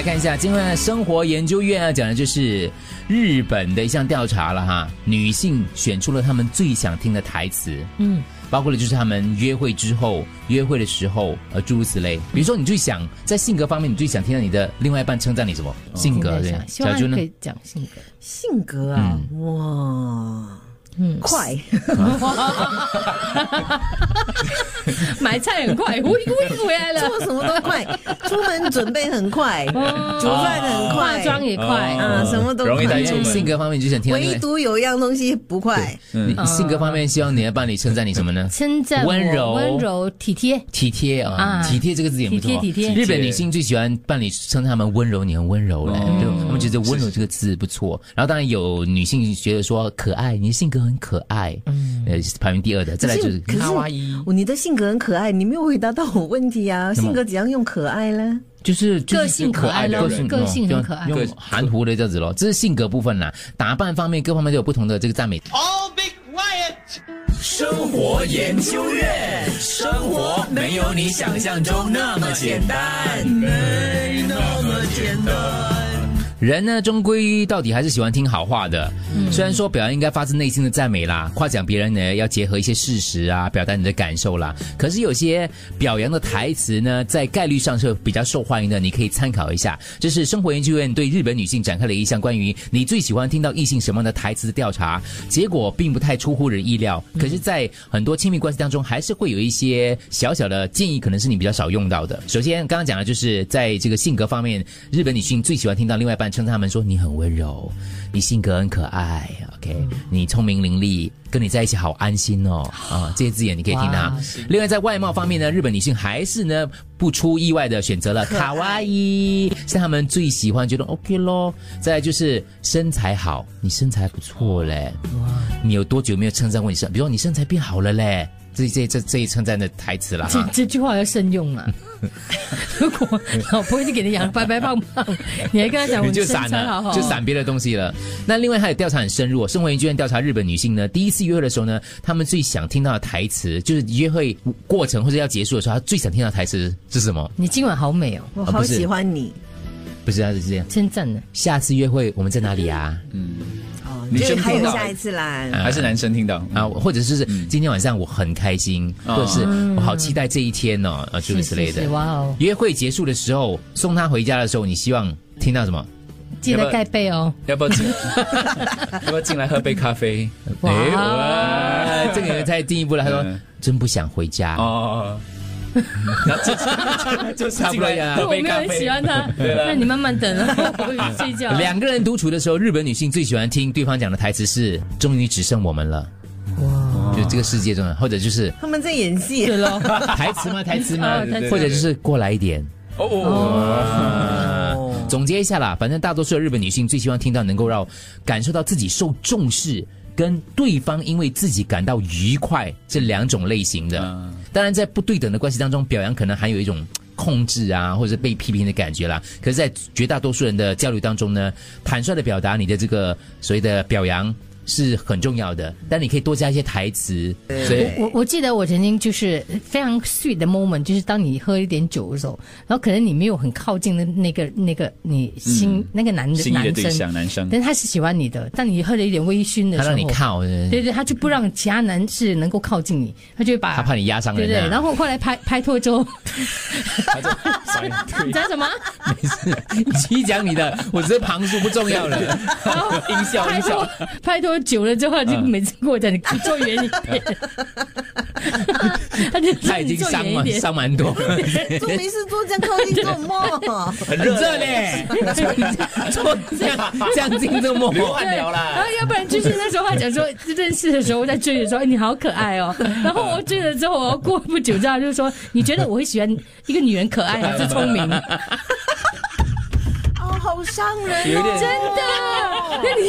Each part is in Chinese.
来看一下，今天的生活研究院要啊讲的就是日本的一项调查了哈，女性选出了她们最想听的台词，嗯，包括了就是她们约会之后、约会的时候，呃，诸如此类。比如说，你最想在性格方面，你最想听到你的另外一半称赞你什么？性格对现在，想希小望猪你呢可？以讲性格。 性格啊，嗯哇，嗯，快， 买菜很快，喂喂回来了，做什么 都快，出门准备很快， 哦煮饭很化快，妆也快。嗯啊什么都哦容易快带你出 门。性格方面，你最想听到另外唯独有一样东西不快，你你性格方面，希望你的伴侣称赞你什么呢？称赞我温柔温柔体贴，体贴啊，啊体贴这个字也不错。体贴体贴日本女性最喜欢伴侣称她们温柔，你很温柔嘞，哦嗯就他们觉得温柔这个字不错。然后当然有女性觉得说可爱，你的性格很可爱，嗯，呃，排名第二的。再来就是可是卡哇伊，我你的性格很可爱，你没有回答到我问题啊，什么性格怎样用可爱呢？就是就是个性可爱咯个性个性嗯很可爱用用含糊的这样子咯。这是性格部分啦，打扮方面各方面都有不同的这个赞美。 All be quiet! 生活研究院，生活没有你想象中那么简单，没那么简单。人呢，终归到底还是喜欢听好话的。虽然说表扬应该发自内心的赞美啦，夸奖别人呢要结合一些事实啊，表达你的感受啦。可是有些表扬的台词呢，在概率上是比较受欢迎的，你可以参考一下。这是生活研究院对日本女性展开了一项关于你最喜欢听到异性什么样的台词的调查，结果并不太出乎人意料。可是，在很多亲密关系当中，还是会有一些小小的建议，可能是你比较少用到的。首先，刚刚讲的就是在这个性格方面，日本女性最喜欢听到另外一半称赞他们说你很温柔，你性格很可爱，OK，你聪明伶俐，跟你在一起好安心哦，啊，这些字眼你可以听到哇。另外，在外貌方面呢，日本女性还是呢不出意外的选择了卡哇伊，是她们最喜欢，觉得 OK 咯。再来就是身材好，你身材不错嘞，你有多久没有称赞过你身？比如说你身材变好了嘞，这这这这一称赞的台词了这哈。这句话要慎用 啊！如果老婆一直给你养得白白胖 胖，哦你还跟他讲我你就身闪材好了，好，就闪别的东西了。那另外还有调查很深入哦，生活研究院调查日本女性呢，第一次约会的时候呢，她们最想听到的台词，就是约会过程或者要结束的时候，她最想听到的台词是什么？你今晚好美哦，我啊好不是喜欢你不是，她是这样。称赞呢。下次约会我们在哪里 啊？哦，女就生还有听到下一次啦，还是嗯男生听到啊，或者是今天晚上我很开心，哦或者是嗯我好期待这一天哦，啊，诸如此类是是的是。哇哦，约会结束的时候，送她回家的时候，你希望听到什 么？记得盖被哦。要不要 进？要不要进来喝杯咖啡？哇哦哎哇，哎这个再进一步了，他说嗯真不想回家。 哦，然后就就是差不进多来呀如喝果杯没有咖人喜啡。欢他，那你慢慢等啊，我去睡觉。两个人独处的时候，日本女性最喜欢听对方讲的台词是“终于只剩我们了”。哇，就这个世界中的，或者 就是他们在演 戏对，喽，台词吗？台词啊吗台词对对？对或者就是过来一点。哦哦，总结一下啦，反正大多数的日本女性最希望听到能够让感受到自己受重视，跟对方因为自己感到愉快这两种类型的。当然，在不对等的关系当中，表扬可能还有一种嘖控制啊，或者是被批评的感觉啦。可是，在绝大多数人的交流当中呢，坦率的表达你的这个所谓的表扬。是很重要的，但你可以多加一些台词，所以我我记得我曾经就是非常 sweet 的 moment，就是当你喝一点酒的时候，然后可能你没有很靠近的那个那个你心、那个男的嗯心仪的男对象，生，男生。但他是喜欢你的，但你喝了一点微醺的他时候，让你靠，对对，他就不让其他男士能够靠近你，他就会把他怕你压伤对人、啊。对，然后后来拍拍拖之后，你讲 什么？你 继续讲你的，我只是旁述，不重要了。然后音效哦拍音效拖拍拖久了之后，他嗯就每次跟我讲你坐远一点， 他就他已经说伤你坐远一蛮点伤蛮 多，做没事做这样靠近做 梦，很热 嘞， 做这样这样进这么流汗对，了啦然后要不然就是那时候他讲说认识的时候，我在追的时候，哎，你好可爱 哦。然后我追了之后，我过不久之后他就说，你觉得我会喜欢一个女人可爱还是聪 明？哦，好伤人有一哦，点真的？那你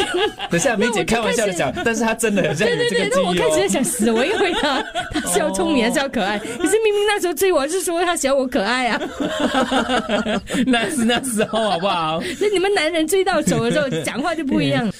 等一下梅姐开玩笑 的讲，但是她真的很像有对对这个对，记那我忆开始在哦。想，死我一回他，他是要聪明还是要可爱？可是明明那时候追我是说他喜欢我可爱啊。 那是那时候好不好？那你们男人追到手的时候，讲话就不一样了。